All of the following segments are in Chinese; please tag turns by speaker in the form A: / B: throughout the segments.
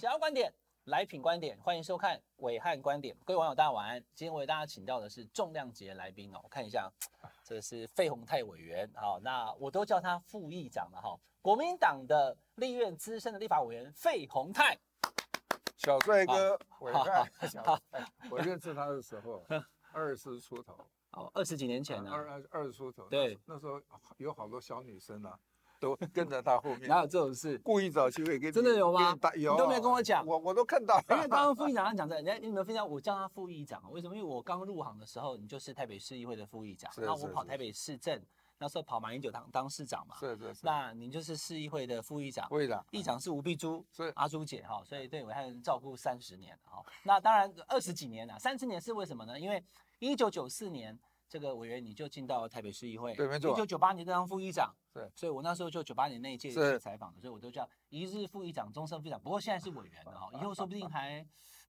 A: 聊观点，来品观点，欢迎收看伟汉观点。各位网友大家晚安，今天为大家请到的是重量级的来宾哦，我看一下，这是费鸿泰委员，好、那我都叫他副议长了哈、国民党的立院资深的立法委员费鸿泰，
B: 小帅哥，我看小帅，我认识他的时 候二十出头，
A: 哦，二十几年前呢、
B: 二二二十出头，
A: 对
B: 那时候，那时候有好多小女生啊，都跟在 他后面，
A: 哪有这种 事？
B: 故意找机会给你
A: 真的有吗
B: 给你打
A: 你
B: 有，
A: 都没跟我讲
B: 我我都看到
A: 哎因为刚
B: 了。
A: 刚副议长他讲的，人家你有没有分享？我叫他副议长，啊为什么？因为我刚入行的时候，你就是台北市议会的副议长，
B: 是
A: 然后我
B: 是
A: 跑
B: 是
A: 台北市政，那时候跑马英九当当市长嘛，
B: 是是是，
A: 那您就是市议会的副议长，
B: 会的，
A: 议长是吴碧珠，
B: 是
A: 阿朱姐哈，所以对伟汉人照顾三十年了哈。那当然二十几年了、啊三十年是为什么呢？因为一九九四年这个委员你就进到台北市议会，
B: 对没错
A: 一九九八年就当副议长，
B: 对，
A: 所以我那时候就九八年那一届
B: 是
A: 去采访的，所以我都叫一日副议长，终身副议长。不过现在是委员了哈，以后说不定还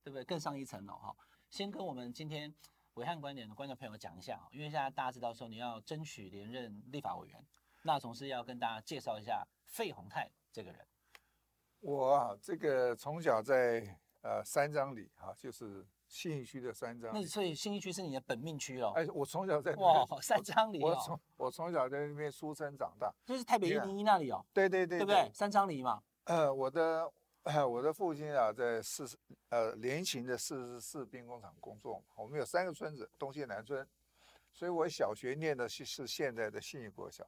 A: 对不对更上一层楼哈。先跟我们今天。伟汉观点的观众朋友讲一下哈，因为现在大家知道说你要争取连任立法委员，那同时要跟大家介绍一下费鸿泰这个人。
B: 我啊，这个从小在呃三张里哈，就是信义区的三张
A: 那
B: 里，
A: 所以新一区是你的本命区哦。
B: 哎，我从小在那边
A: 哇，三张里
B: 我
A: 哦，
B: 从我从小在那边出生长大，
A: 就是台北一零一那里哦，
B: 对对对
A: 对不对？三张里嘛，
B: 呃，我的我的父亲啊，在四十呃联勤的四十四兵工厂工作嘛，我们有三个村子，东西南村，所以我小学念的是是现在的信义国小，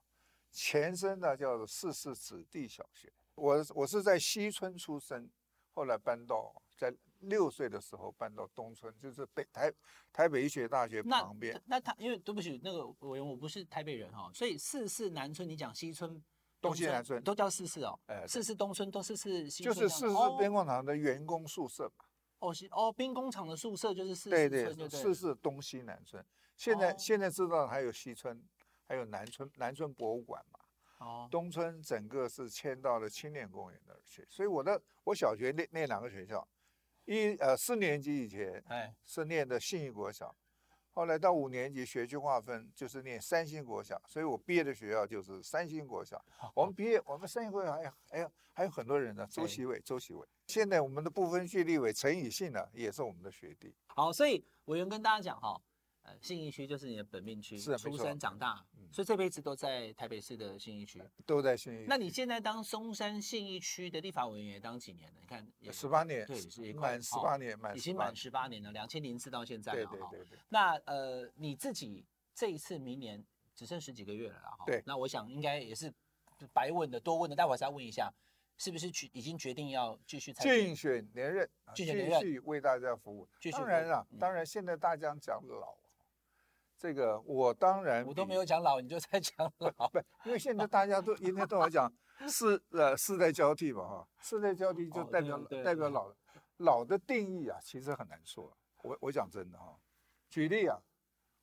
B: 前身呢叫做四四子弟小学。我我是在西村出生，后来搬到在六岁的时候搬到东村，就是北台台北医学大学
A: 那
B: 旁边
A: 那他因为对不起，那个委员我不是台北人哦，所以四四南村你讲西村、
B: 东西南村
A: 都叫四四哦，
B: 哎对
A: 四四东村都是四西
B: 就
A: 村这样哦子，
B: 是四四兵工厂的员工宿舍嘛。
A: 哦哦西哦兵工厂的宿舍就是四
B: 对
A: 四
B: 对
A: 村就，对
B: 是
A: 了
B: 是东西南村。现在、
A: 哦
B: 现在知道还有西村，还有南村，南村博物馆嘛。
A: 哦
B: 东村整个是迁到了青年公园那儿去。所以我的我小学那那两个学校，一呃四年级以前
A: 哎
B: 是念的信义国小，后来到五年级学区划分就是念三星国小，所以我毕业的学校就是三星 国小。我们毕业，我们三星国小还有还有还有很多人呢，周
A: 对
B: 习伟，周习伟。现在我们的不分区立委陈以信呢，也是我们的学弟。
A: 好，所以委员跟大家讲哈、呃信义区就是你的本命区，
B: 是啊没
A: 出
B: 错
A: 生长大，
B: 嗯
A: 所以这辈子都在台北市的信义区。
B: 都在信义。
A: 那你现在当松山信义区的立法委员也当几年了？你看也
B: 十八年，
A: 对是也快
B: 满十
A: 哦
B: 八年，满
A: 已经
B: 18
A: 满十八年了，两千零四到现在
B: 对
A: 了
B: 对
A: 哈。
B: 对对，
A: 那呃，你自己这一次明年只剩十几个月了啦哈。
B: 对
A: 那我想应该也是白问的，多问的，待会儿再问一下，是不是决已经决定要继续参
B: 竞
A: 选？
B: 选连任，啊
A: 竞
B: 继
A: 选连任
B: 续为大家服务
A: 继。续
B: 当
A: 服
B: 然
A: 务
B: 了
A: 嗯，
B: 当然现在大家讲老，这个我当然
A: 我都
B: 比
A: 没有讲老，你就在讲老。
B: 不，因为现在大家都一天到 晚讲世呃世代交替嘛哈，世代交替就
A: 哦
B: 代
A: 对
B: 表
A: 对
B: 代表
A: 对
B: 老老的定义啊，其实很难说。我我讲真的哈，举例啊，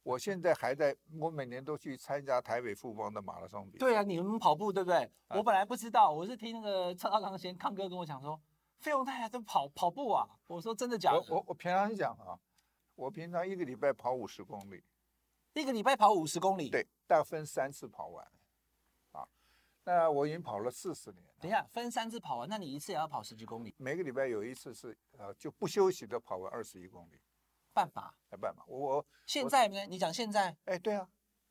B: 我现在还在，我每年都去参加台北富邦的马拉松比赛。
A: 对啊，你们跑步对不对？
B: 啊
A: 我本来不知道，我是听那个赵刚先康哥跟我讲说，费用太太都跑跑步啊。我说真的假
B: 我
A: 的？
B: 我我平常讲啊，我平常一个礼拜跑五十公里，
A: 一个礼拜跑五十公里。
B: 对，大概分三次跑完，啊，那我已经跑了四十年
A: 等一
B: 了，
A: 下，分三次跑完，那你一次也要跑十几公里，
B: 每个礼拜有一次是呃就不休息的跑完二十一公里，
A: 办法？
B: 来办嘛。我我
A: 现在呢？你讲现在，
B: 哎对啊，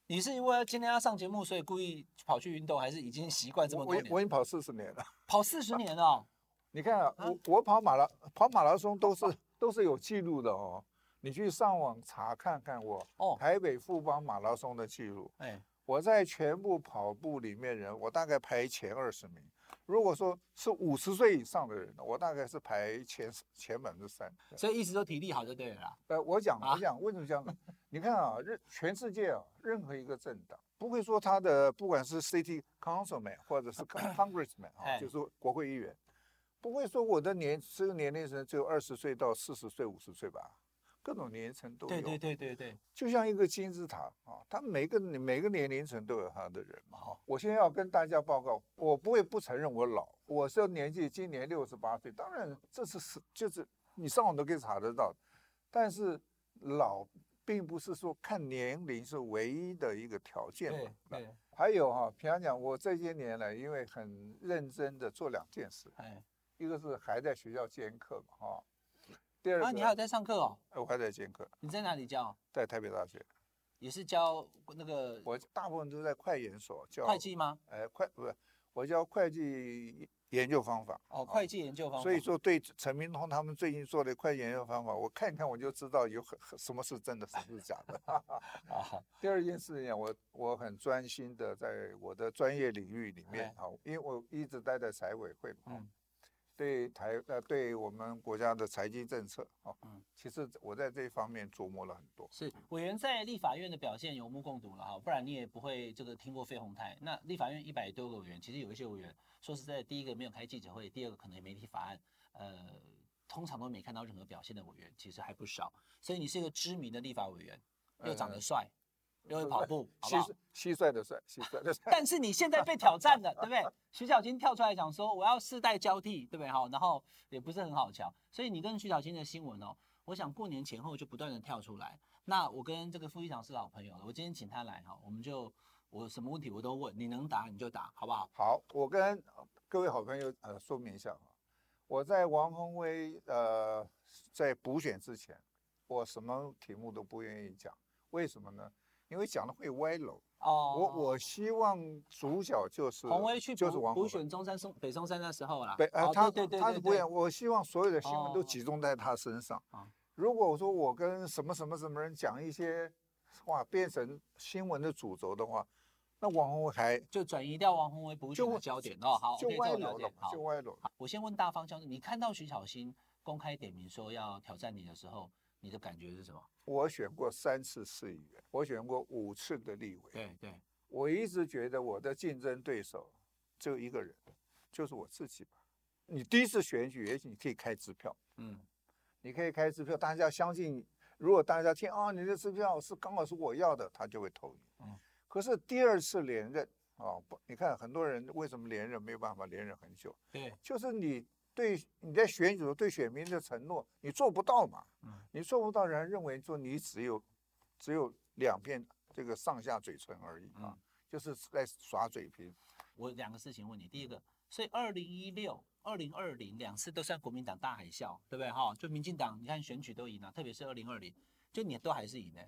A: 你是因为今天要上节目，所以故意跑去运动，还是已经习惯这
B: 我
A: 么多
B: 我已
A: 年？
B: 我已经跑四十年了。
A: 跑四十年哦，
B: 你看啊，我我跑马拉跑马拉松都是都是有记录的哦，你去上网查看看我
A: 哦
B: 台北富邦马拉松的记录。
A: 哎，
B: 我在全部跑步里面人，我大概排前二十名。如果说是五十岁以上的人，我大概是排前前百分之三。
A: 所以一直都体力好就对了啦。
B: 呃，我讲
A: 啊
B: 我讲，为什么这样呢？你看啊，任全世界啊，任何一个政党不会说他的不管是 city councilman 或者是 congressman 啊，
A: 哎
B: 就是国会议员，不会说我的年这个年龄层只有二十岁到四十岁、五十岁吧，各种年龄层都
A: 对
B: 有。
A: 对对对对，
B: 就像一个金字塔啊，它每个每个年龄层都有他的人嘛。哈，我现在要跟大家报告，我不会不承认我老，我是年纪今年六十八岁，当然这是是就是你上网都可以查得到，但是老并不是说看年龄是唯一的一个条件
A: 对
B: 嘛。那
A: 对，
B: 还有哈、平常讲我这些年来，因为很认真的做两件事，
A: 哎，
B: 一个是还在学校兼课嘛，哈、第二个，
A: 啊，你还有在上课哦？
B: 呃我还在兼课，
A: 你在哪里教？
B: 在台北大学，
A: 也是教那个
B: 我大部分都在会研所教
A: 会，计吗？
B: 呃，会不是，我教会计研究方法。
A: 哦，会计研究方法。
B: 啊所以说，对陈明通他们最近做的会计研究方法，我看一看我就知道有很很什么是真的，什么是假的。
A: 啊，
B: 第二件事情，我我很专心的在我的专业领域里面
A: 哎
B: 啊，因为我一直待在财委会嘛，
A: 嗯
B: 对台呃对我们国家的财经政策啊，
A: 嗯
B: 其实我在这一方面琢磨了很多。
A: 是委员在立法院的表现有目共睹了哈，不然你也不会这个听过费鸿泰。那立法院一百多个委员，其实有一些委员说实在的，第一个没有开记者会，第二个可能也没提法案，呃，通常都没看到任何表现的委员，其实还不少。所以你是一个知名的立法委员，又长得
B: 呃
A: 帅，又会跑 步，好不
B: 蟋
A: 好
B: 蟀？蟋蟀的蟀，蟋蟀的蟀，
A: 但是你现在被挑战了，对不对？徐小青跳出来讲说我要世代交替，对不对？哈，然后也不是很好瞧，所以你跟徐小青的新闻哦，我想过年前后就不断的跳出来。那我跟这个副议长是好朋友的，我今天请他来哈，我们就我什么问题我都问，你能答你就答，好不好？
B: 好，我跟各位好朋友呃说明一下啊，我在王宏威呃在补选之前，我什么题目都不愿意讲，为什么呢？因为讲的会歪楼。
A: 哦，
B: 我我希望主角就是
A: 洪威去
B: 就是
A: 补
B: 王
A: 补
B: 宏
A: 选中山松北松山的时候啦，
B: 威，
A: 哦
B: 呃，他
A: 对对对
B: 他是
A: 对
B: 不一
A: 对
B: 样。我希望所有的新闻都
A: 哦
B: 集中在他身上
A: 啊。
B: 如果我说我跟什么什么什么人讲一些话，变成新闻的主轴的话，那王宏威还
A: 就转移掉王宏威补选
B: 就
A: 的焦点哦。好，
B: 就
A: OK，这
B: 歪
A: 我了
B: 楼
A: 解
B: 了嘛，
A: 好
B: 就歪楼了。
A: 我先问大方向，你看到徐小新公开点名说要挑战你的时候，你的感觉是什么？
B: 我选过三次市议员，我选过五次的立委，
A: 对对，
B: 我一直觉得我的竞争对手只有一个人，就是我自己吧。你第一次选举，也许你可以开支票。
A: 嗯，
B: 你可以开支票，大家相信你。如果大家听啊，你的支票是刚好是我要的，他就会投你。
A: 嗯
B: 可是第二次连任啊，不，你看很多人为什么连任没有办法连任很久，
A: 对，
B: 就是你对你在选举的时候对选民的承诺你做不到嘛，
A: 嗯
B: 你做不到，人家认为说你只有只有两片这个上下嘴唇而已啊，
A: 嗯
B: 就是在耍嘴皮。
A: 我有两个事情问你，第一个，所以二零一六、二零二零两次都算国民党大海啸，对不对？哈，就民进党，你看选举都赢了，特别是二零二零，就你都还是赢的、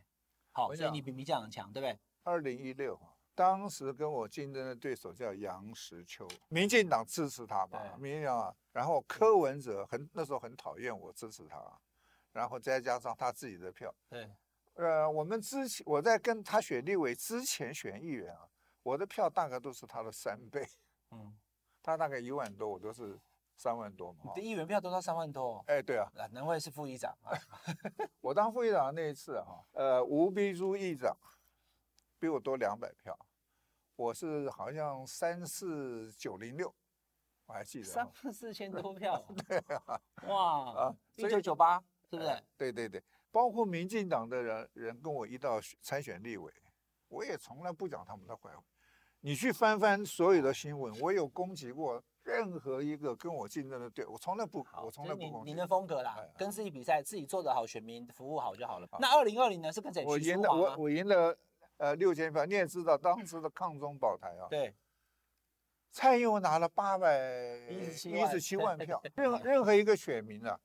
A: 好，
B: 我
A: 所以
B: 想
A: 你比民进党强，对不对？
B: 二零一六啊，当时跟我竞争的对手叫杨石秋，民进党支持他嘛
A: 对，
B: 民进党啊。然后柯文哲很那时候很讨厌我支持他，啊然后再加上他自己的票。
A: 对，
B: 呃，我们之前我在跟他选立委之前选议员啊，我的票大概都是他的三倍，
A: 嗯，
B: 他大概一万多，我都是三万多嘛
A: 你的。议员票都到三万多、哦，
B: 哎，对啊，
A: 啊，难怪是副议长 啊。
B: 我当副议长那一次啊，呃，吴碧珠议长比我多两百票，我是好像三四九零六，我还记得
A: 三
B: 啊。
A: 万四千多票哦， 对哇
B: 啊，
A: 一
B: 所以
A: 九九八，对不
B: 呃
A: 对？
B: 对对对，包括民进党的人人跟我一道选参选立委，我也从来不讲他们的坏话。你去翻翻所有的新闻，我有攻击过任何一个跟我竞争的队，我从来不，
A: 好，
B: 我从
A: 这
B: 来
A: 是
B: 不
A: 你
B: 攻击
A: 你。的风格啦
B: 哎哎，
A: 跟自己比赛，自己做得好，选民服务好就好了
B: 好。
A: 那二零二零呢是跟谁？
B: 我
A: 徐
B: 赢
A: 淑
B: 了，
A: 华
B: 我
A: 吗
B: 我赢了，呃，六千票。你也知道，当时的抗中保台啊，
A: 对
B: 蔡英文拿了八百
A: 117
B: 一
A: 万
B: 十七万票，任何
A: 嗯
B: 任何一个选民啊，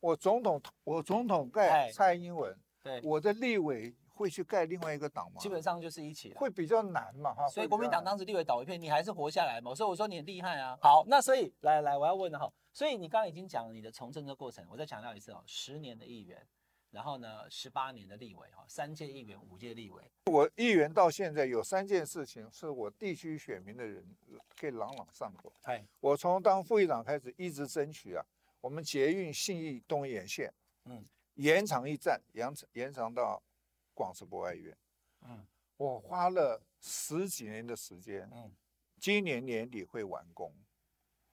B: 我总统我总统盖
A: 哎
B: 蔡英文，
A: 对，
B: 我的立委会去盖另外一个党吗？
A: 基本上就是一起了。
B: 会比较难嘛哈。
A: 所以
B: 会比啊
A: 国民
B: 较
A: 党
B: 难
A: 当时立委倒一片，你还是活下来嘛？所以我说你很厉害啊。好，那所以来来，我要问了哈。所以你刚刚已经讲了你的从政的过程，我再强调一次哦，十年的议员，然后呢十八年的立委哈，三届议员，五届立委，
B: 我议员到现在有三件事情是我地区选民的人可以朗朗上口。
A: 哎，
B: 我从当副议长开始一直争取啊，我们捷运信义东延线，
A: 嗯，
B: 延长一站，延长延长到广慈博爱院。
A: 嗯
B: 我花了十几年的时间，
A: 嗯，
B: 今年年底会完工。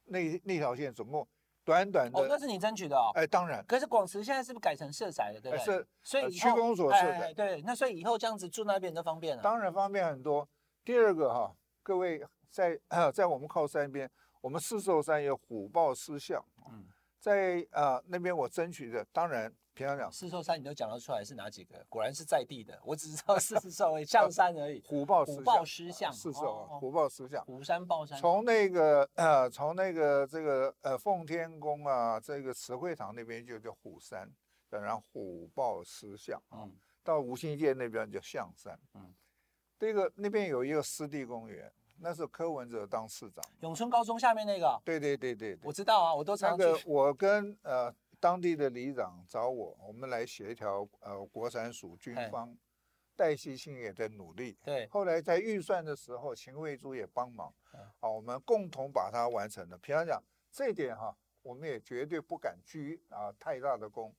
B: 那那条线总共短短的，
A: 哦，那是你争取的哦。
B: 哎，当然，
A: 可是广慈现在是不是改成社宅了，对不
B: 哎
A: 对？
B: 是，
A: 所
B: 呃
A: 以以
B: 区
A: 后
B: 公所
A: 哎
B: 是
A: 哎
B: 的
A: 哎对，那所以以后这样子住那边都方便了。
B: 当然方便很多。第二个哈，各 位在在我们靠山边，我们四兽山有虎豹狮象，啊
A: 嗯，
B: 在呃那边我争取的，当然平常讲
A: 啊四兽山你都讲得出来是哪几个？果然是在地的，我只知 道四十兽而已，象山而已。
B: 虎豹
A: 虎
B: 石
A: 豹
B: 像
A: 狮像，
B: 是是
A: 哦
B: 哦，
A: 哦
B: 虎豹石像。
A: 虎山豹山，
B: 从那个呃，从那个这个呃奉天宫啊，这个慈惠堂那边就叫虎山，然后虎豹石像啊，
A: 嗯
B: 到吴兴街那边叫象山。
A: 嗯，
B: 这个那边有一个湿地公园，那时候柯文哲当市长。
A: 永春高中下面那个，
B: 对对对对对
A: 我，知道啊，我都
B: 那
A: 常
B: 个
A: 去。
B: 我跟呃当地的里长找我，我们来协调呃国产署军
A: 哎
B: 方，戴西庆也在努力。
A: 对，
B: 后来在预算的时候，秦惠珠也帮忙
A: 嗯，
B: 啊，我们共同把它完成了。平常讲这一点哈、我们也绝对不敢居啊太大的功。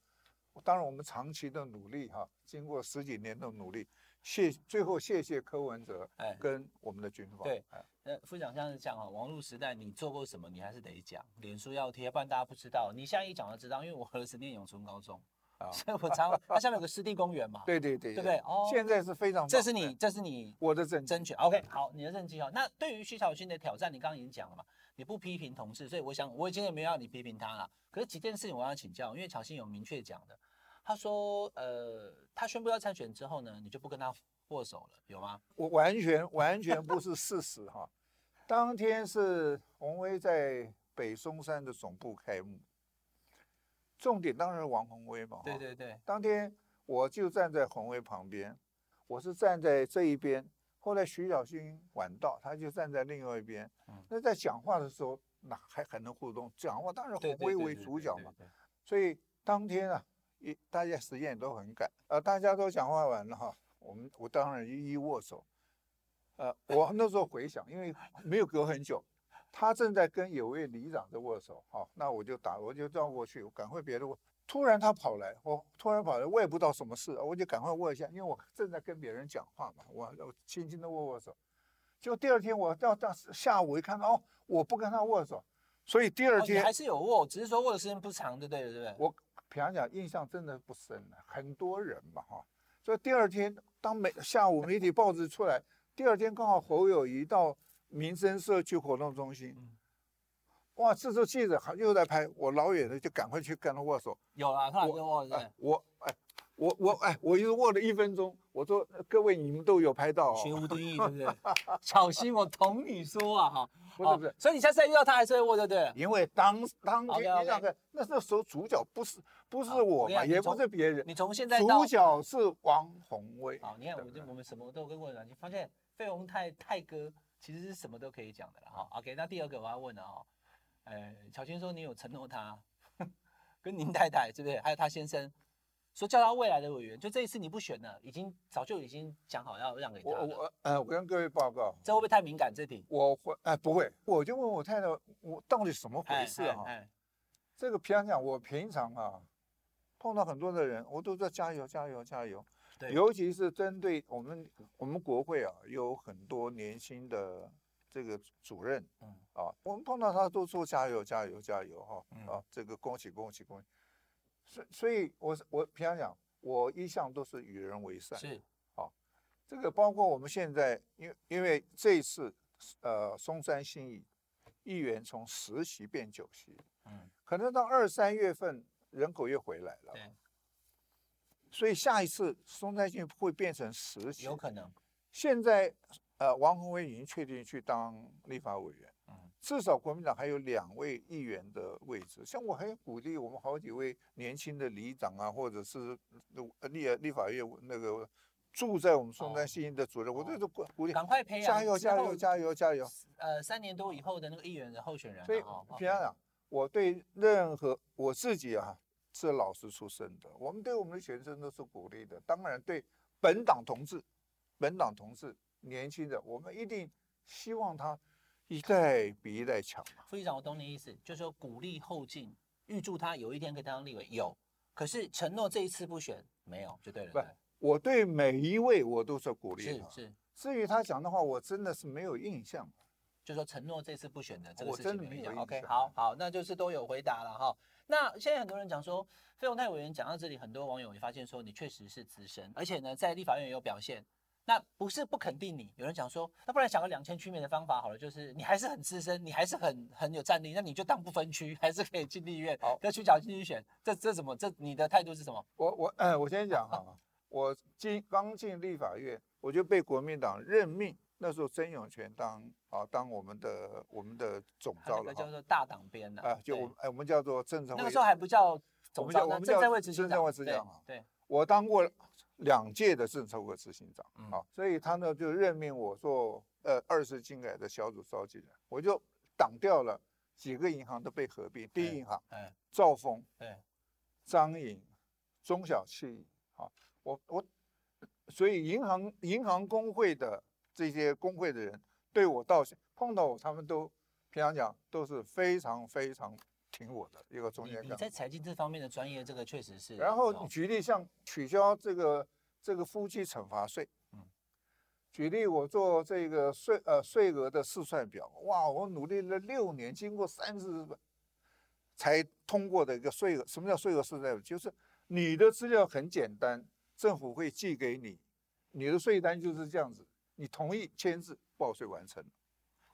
B: 当然，我们长期的努力哈、经过十几年的努力，谢最后谢谢柯文哲
A: 哎，
B: 跟我们的军方。
A: 对
B: 哎，
A: 呃，副长像是这样啊，网络时代你做过什么，你还是得讲，脸书要贴，不然大家不知道。你现在一讲就知道，因为我儿子念永春高中，
B: 啊，
A: 所以我常它下面有个湿地公园嘛，
B: 对对对
A: 对不对？哦，
B: 现在是非常棒，
A: 这是你，这是你
B: 我的政
A: 争取。OK，好，你的政绩哦。那对于徐小新的挑战，你刚刚已经讲了嘛，你不批评同事，所以我想我今天也没有要你批评他啦。可是几件事情我要请教，因为小新有明确讲的，他说呃，他宣布要参选之后呢，你就不跟他握手了，有吗？
B: 我完全完全不是事实哈。当天是鸿威在北松山的总部开幕，重点当然是王鸿威嘛。哈
A: 对。对对，
B: 当天我就站在鸿威旁边，我是站在这一边。后来徐小新晚到，他就站在另外一边
A: 嗯。
B: 那在讲话的时候，哪还还能互动？讲话当然
A: 对
B: 鸿威哦为主角嘛。。
A: 对对对对对
B: 所以当天啊，一大家时间也都很赶，呃，大家都讲话完了哈，我们我当然一一握手，呃，我那时候回想，因为没有隔很久，他正在跟有位里长在握手，好、那我就打，我就绕过去，我赶快别的握。突然他跑来，我突然跑来，我也不知道什么事，我就赶快握一下，因为我正在跟别人讲话嘛，我我轻轻的握握手。就第二天我到到下午一看到哦，我不跟他握手，所以第二
A: 哦你
B: 天、
A: 还是有握，只是说握的时间不长，就对了，对不对？
B: 我平常讲印象真的不深了，很多人嘛哈。所以第二天，当媒下午媒体报纸出来，第二天刚好侯友谊到民生社区活动中心
A: 嗯，
B: 哇，这时候记者还又在拍，我老远的就赶快去跟他握手，
A: 有啦，他俩
B: 我
A: 跟握对
B: 哎，我哎，我我哎，我就握了一分钟，我说呃各位你们都有拍到、
A: 学
B: 哦，
A: 无定义，对不 对？小新，我同你说啊，哈，
B: 不是
A: 哦
B: 不是，
A: 所以你下次再遇到他还是会握，对不对了？
B: 因为当当天
A: OK，OK
B: 你想看，那那时候主角不是不是
A: 好我
B: 我
A: 跟你
B: 嘛，
A: 讲你
B: 也不
A: 从
B: 是别人，
A: 你从现在到
B: 主角是王宏威。
A: 好，你看，我
B: 对不
A: 就
B: 对
A: 我们什么都跟过软你发现费鸿泰泰哥其实是什么都可以讲的了哈。OK，那第二个我要问了哦，呃，乔迁说你有承诺他跟您太太，对不对？还有他先生，说叫他未来的委员，就这一次你不选了，已经早就已经讲好要让给他
B: 我
A: 了。
B: 我呃，我跟各位报告，
A: 这会不会太敏感？这题
B: 我会哎不会，我就问我太太，我到底什么回事啊？
A: 哎哎
B: 这个平常讲，我平常啊碰到很多的人，我都在加油加油加油，
A: 对，
B: 尤其是针对我们我们国会啊，有很多年轻的这个主任
A: 嗯
B: 啊，我们碰到他都说加油加油加油哈
A: 嗯
B: 啊，这个恭喜恭喜恭喜。所以所以我是，我平常讲，我一向都是与人为善，
A: 是
B: 这个包括我们现在，因为因为这一次，呃，松山新议议员从十席变九席，
A: 嗯
B: 可能到二三月份人口又回来了，
A: 对，
B: 所以下一次松山新会变成十席
A: 有。可能，
B: 现在，呃，王宏威已经确定去当立法委员，
A: 嗯
B: 至少国民党还有两位议员的位置。像我还鼓励我们好几位年轻的里长啊，或者是呃立立法院那个住在我们松
A: 哦
B: 山新的主任，我
A: 哦
B: 这都鼓鼓励。
A: 赶快培养
B: 加油
A: 之
B: 加
A: 后
B: 油加油加油！
A: 呃，三年多以后的那个议员的候选人
B: 所以
A: 了哦，
B: 平常讲，我对任何我自己啊是老师出身的，我们对我们的学生都是鼓励的。当然，对本党同志、本党同志、年轻人，我们一定希望他一代比一代强嘛。
A: 副议长，我懂你意思，就是说鼓励后进，预祝他有一天可以当立委，有。可是承诺这一次不选，没有就对了。
B: 不
A: 对
B: 我对每一位我都是鼓
A: 不
B: 励
A: 对
B: 的。
A: 是是，
B: 至于他讲的话，我真的是没有印象。
A: 就说承诺这次不选的这个
B: 我
A: 事情
B: 真的没有嗯
A: 讲
B: 印
A: OK，
B: 象
A: 好好，那就是都有回答了哈。那现在很多人讲说，费鸿泰委员讲到这里，很多网友也发现说你确实是资深，而且呢，在立法院也有表现。那不是不肯定你，有人讲说，那不然想个两千区免的方法好了，就是你还是很资深，你还是很很有战力，那你就当不分区，还是可以进立院
B: 好，
A: 各区角进去选。这这怎么？这你的态度是什么？
B: 我我 我先讲哈，我进刚进立法院，我就被国民党任命，那时候曾永权当啊当我们的我们的总
A: 他
B: 召
A: 啊那个
B: 了哈
A: 叫，做大党编的
B: 啊就我们哎我们叫做政治
A: 那
B: 会
A: 个时候还不叫
B: 我
A: 总
B: 们
A: 召，
B: 叫我
A: 那
B: 们
A: 正
B: 叫
A: 在位执行
B: 正在
A: 长，
B: 位执行
A: 对
B: 长啊
A: 对，
B: 我当过两届的政策会执行长
A: 嗯
B: 啊，所以他呢就任命我做呃二次金改的小组召集人，我就挡掉了几个银行都被合并，第一银行
A: 哎
B: 兆丰、
A: 对，
B: 张银、中小企银啊，我我所以银行银行工会的这些工会的人对我到现碰到我，他们都平常讲都是非常非常挺我的一个中间
A: 你你
B: 干部
A: 在。财经这方面的专业，这个确实是。
B: 然后
A: 哦
B: 你举例像取消这个这个夫妻惩罚税，
A: 嗯
B: 举例我做这个税呃税额的试算表，哇，我努力了六年，经过三次才通过的一个税额。什么叫税额试算表？就是你的资料很简单，政府会寄给你，你的税单就是这样子，你同意签字报税完成。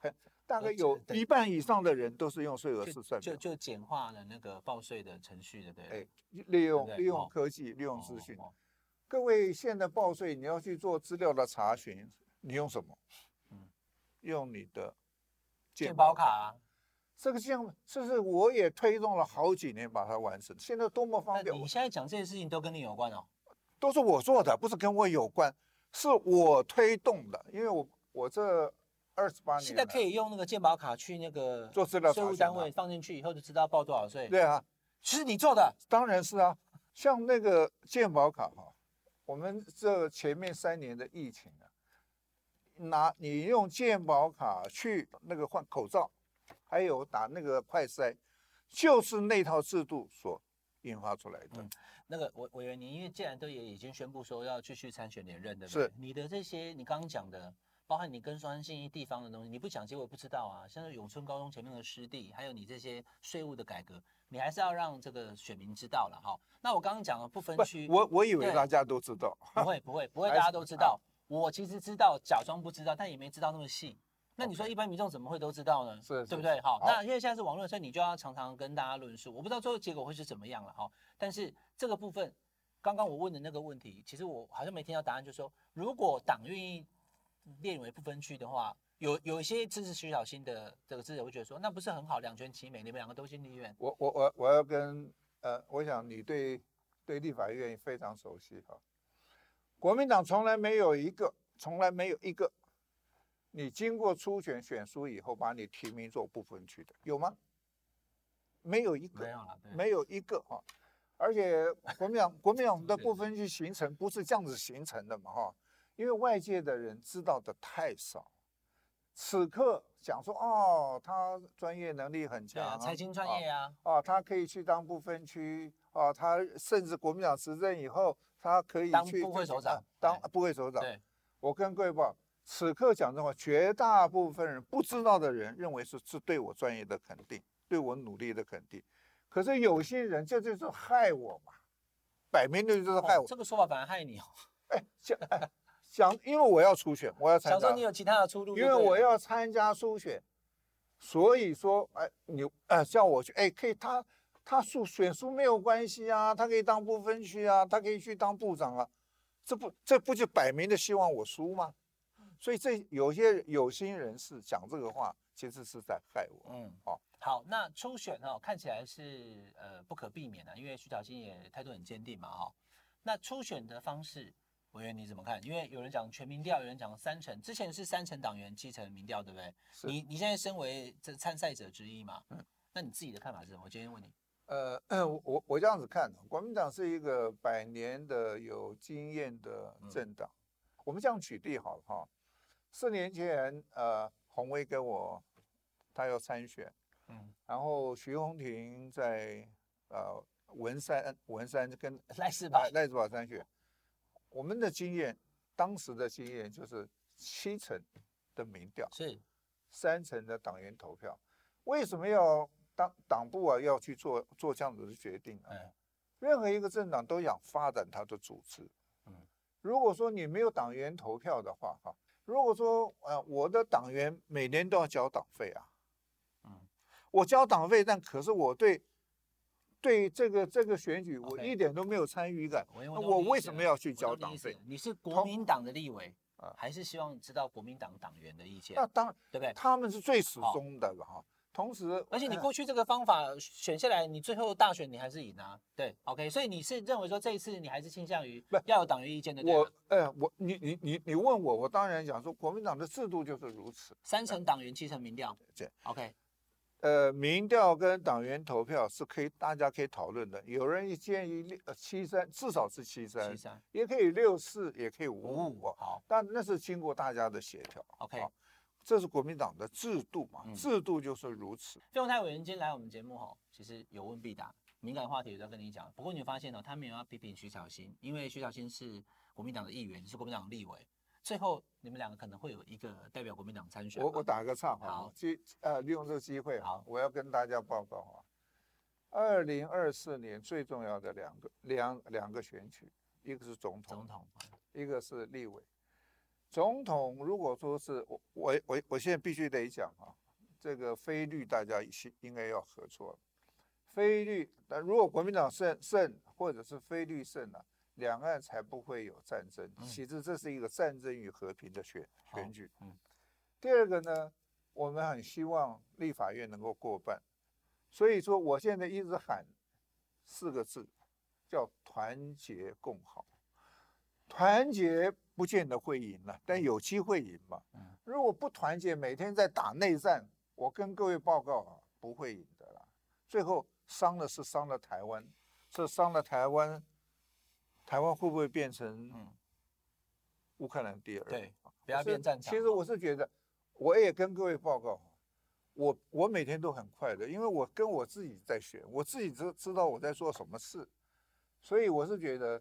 B: 嘿大概
A: 呃
B: 有
A: 这
B: 一半以上的人都是用税额试
A: 就
B: 算表
A: 就，就简化了那个报税的程序的，对不对。
B: 哎，利用
A: 对
B: 利用
A: 哦
B: 科技，利用
A: 哦
B: 资讯
A: 哦。
B: 各位现在报税，你要去做资料的查询，你用什么？
A: 嗯
B: 用你的
A: 健保卡啊，
B: 这个健保，这是我也推动了好几年把它完成，现在多么方
A: 那
B: 便，
A: 你
B: 我
A: 现在讲这些事情都跟你有关哦。
B: 都是我做的，不是跟我有关，是我推动的，因为我我这二十八年
A: 现在可
B: 来
A: 以用那个健保卡去那个
B: 做资料
A: 税
B: 查
A: 务
B: 询
A: 单
B: 的
A: 位放进去以后就知道报多少税。，
B: 对啊，
A: 是你做的，
B: 当然是啊，像那个健保卡哈、我们这前面三年的疫情啊，拿你用健保卡去那个换口罩，还有打那个快筛，就是那套制度所引发出来的。
A: 嗯那个委委员，你因为既然都也已经宣布说要继续参选连任，对不对？
B: 是
A: 你的这些你刚刚讲的，包含你跟双安信义地方的东西，你不讲，其实我也不知道啊。像是永春高中前面的湿地，还有你这些税务的改革，你还是要让这个选民知道了哈。那我刚刚讲了不分
B: 不
A: 区，，
B: 我我以为
A: 对
B: 大家都知道，
A: 不会不会不会，
B: 还
A: 大家
B: 是
A: 都知
B: 啊
A: 道。我其实知道，假装不知道，但也没知道那么细。那你说
B: OK
A: 一般民众怎么会都知道呢？
B: 是
A: 对不
B: 是
A: 对？好，
B: 好
A: 那因为现在是网络，所以你就要常常跟大家论述。我不知道最后结果会是怎么样了哈。但是这个部分，刚刚我问的那个问题，其实我好像没听到答案，就是说，如果党愿意列为不分区的话，有有一些支持徐小新的这个支持者会觉得说，那不是很好，两全其美，你们两个都进立院。
B: 我我我我要跟呃，我想你对对立法院非常熟悉哈、国民党从来没有一个，从来没有一个，你经过初选选输以后把你提名做不分区的，有吗？没有一
A: 没
B: 个，
A: 有了，对
B: 没有一个哈、而且国民党国民党的
A: 对
B: 不分区形成不是这样子形成的嘛哈、因为外界的人知道的太少。此刻讲说哦，他专业能力很
A: 对
B: 强
A: 啊，
B: 啊，
A: 财经专
B: 啊
A: 业啊，
B: 啊，他可以去当不分区啊，他甚至国民党执政以后，他可以
A: 当
B: 去
A: 部会首长
B: 啊当
A: 对
B: 部会首长。
A: 对，
B: 我跟各位报，此刻讲真话，绝大部分人不知道的人认为是是对我专业的肯定，对我努力的肯定。可是有些人这就是害我嘛，摆明的就是害
A: 哦
B: 我。
A: 这个说法反而害你哦。
B: 哎，讲哎讲，因为我要出选，我要参
A: 想说
B: 加
A: 你，有其他的出路就
B: 因
A: 对
B: 为
A: 了，
B: 我要参加初选，所以说，哎，你哎叫我去，哎，可以他他输选输没有关系啊，他可以当不分区啊，他可以去当部长啊，这不这不就摆明的希望我输吗？所以这有些有心人士讲这个话，其实是在害我。
A: 嗯，
B: 哦
A: 好，那初选哦，看起来是呃不可避免的、因为徐小新也态度很坚定嘛，哈、那初选的方式，委员你怎么看？因为有人讲全民调，有人讲三成，之前是三成党员七成民调，对不对？
B: 是
A: 你你现在身为这参赛者之一嘛，
B: 嗯
A: 那你自己的看法是什么？我今天问你，
B: 呃， 我我这样子看，哦国民党是一个百年的有经验的政党。我们这样举例好了哈，四年前，呃，洪威跟我他要参选，
A: 嗯，
B: 然后徐宏庭在呃文山文山跟
A: 赖世宝
B: 赖，赖主宝参选，我们的经验，当时的经验就是七成的民调，
A: 是
B: 三成的党员投票，为什么要党党部啊要去做做这样子的决定呢、
A: 嗯
B: 任何一个政党都想发展它的组织，
A: 嗯
B: 如果说你没有党员投票的话，哈，如果说呃我的党员每年都要交党费啊，
A: 嗯，
B: 我交党费，但可是我对对这个这个选举我
A: OK
B: 一点都没有参与感，
A: 我
B: 那我为什么要去交
A: 党
B: 党费？
A: 你是国
B: 通
A: 民党的立委
B: 啊，
A: 还是希望知道国民党党员的意见
B: 那，当
A: 对不对？
B: 他们是最始
A: 好
B: 终的了哈。同时，
A: 而且你
B: 呃
A: 过去这个方法选下来，你最后大选你还是赢啊，对，OK，所以你是认为说这一次你还是倾向于
B: 不
A: 要有党员意见的，对
B: 我
A: 吧？
B: 呃我你你你你问我，我当然讲说国民党的制度就是如此。
A: 三成党员，七成民调，
B: 对
A: ，OK，
B: 呃，民调跟党员投票是可以，大家可以讨论的。有人建议六呃七三，至少是七三
A: 七，三
B: 也可以六四，也可以五
A: 五
B: 五
A: 五，。好
B: 但那是经过大家的协调。
A: ，OK，
B: 好这是国民党的制度嘛
A: 嗯？
B: 制度就是如此。
A: 费鸿泰委员今天来我们节目吼，其实有问必答，敏感话题我都要跟你讲。不过你有发现哦，他没有要批评徐小新，因为徐小新是国民党的议员，是国民党的立委。最后你们两个可能会有一个代表国民党参选嘛。
B: 我我打个岔哈
A: 好，
B: 机呃利用这个机会
A: 好
B: 哈，我要跟大家报告哈，二零二四年最重要的两个两两个选举，一个是总统，
A: 总统，
B: 一个是立委。总统如果说是我我我我现在必须得讲啊，这个菲律大家是应该要合作。菲律，那如果国民党胜胜，或者是菲律胜了、两岸才不会有战争。
A: 嗯
B: 其实这是一个战争与和平的选
A: 好
B: 选举。
A: 嗯
B: 第二个呢，我们很希望立法院能够过半，所以说我现在一直喊四个字，叫团结共好。团结不见得会赢了、啊但有机会赢嘛
A: 嗯。
B: 如果不团结，每天在打内战，我跟各位报告啊，不会赢的啦。最后伤的是伤了台湾，这伤了台湾，台湾会不会变成
A: 嗯，
B: 乌克兰第二？
A: 对，不要
B: 是
A: 变战场。哦
B: 其实我是觉得，我也跟各位报告，我我每天都很快乐，因为我跟我自己在学，我自己知知道我在做什么事，所以我是觉得，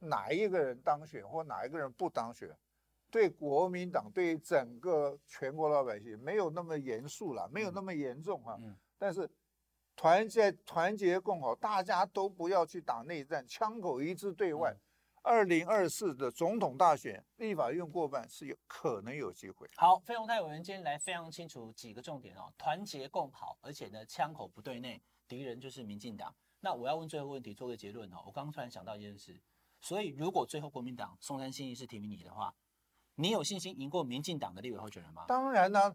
B: 哪一个人当选或哪一个人不当选，对国民党对整个全国老百姓没有那么严肃了，没有那么严重啊。
A: 嗯
B: 但是团结团结共好，大家都不要去打内战，枪口一致对
A: 嗯
B: 外。二零二四的总统大选，立法院过半是有可能有机会。
A: 好，费鸿泰委员今天来非常清楚几个重点哦，团结共好，而且呢枪口不对内，敌人就是民进党。那我要问最后一个问题，做个结论哦。我刚刚突然想到一件事，所以如果最后国民党松山新义是提名你的话，你有信心赢过民进党的立委候选人吗？
B: 当然呢、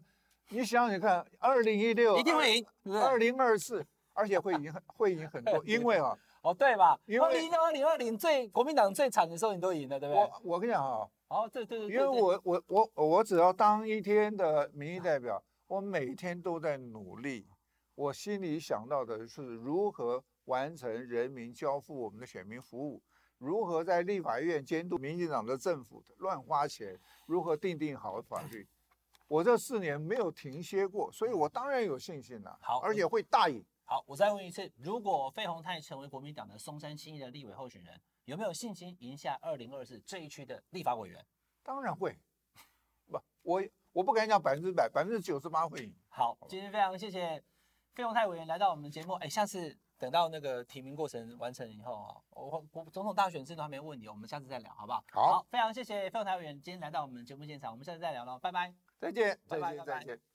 B: 你想想看，二零一六
A: 一定会赢，对不
B: 二
A: 对？
B: 零二四，而且会赢很会赢 很多，因为啊，
A: 哦，对吧？
B: 因
A: 二
B: 为
A: 零二零二零最国民党最惨的时候，你都赢了，对不对？
B: 我我跟你讲啊，
A: 哦，对对对，
B: 因为
A: 对
B: 我我我我只要当一天的民意代表，我每天都在努力，我心里想到的是如何完成人民交付我们的选民服务，如何在立法院监督民进党的政府乱花钱，如何定定好法律。我这四年没有停歇过，所以我当然有信心了、
A: 好
B: 而且会大赢。
A: 好，我再问一次，如果费鸿泰成为国民党的松山新义的立委候选人，有没有信心赢下二零二四这一区的立法委员？
B: 当然会， 不，我我不敢讲百分之百，百分之九十八会赢。
A: 好，今天非常谢谢费鸿泰委员来到我们的节目。哎，下次等到那个提名过程完成以后啊，我我总统大选制度还没问你，我们下次再聊，好不好？
B: 好
A: 非常谢谢费鸿泰委员今天来到我们节目现场，我们下次再聊喽，拜拜。
B: 再见，
A: 拜
B: 再
A: 拜
B: 见，
A: 拜
B: 再
A: 拜
B: 见。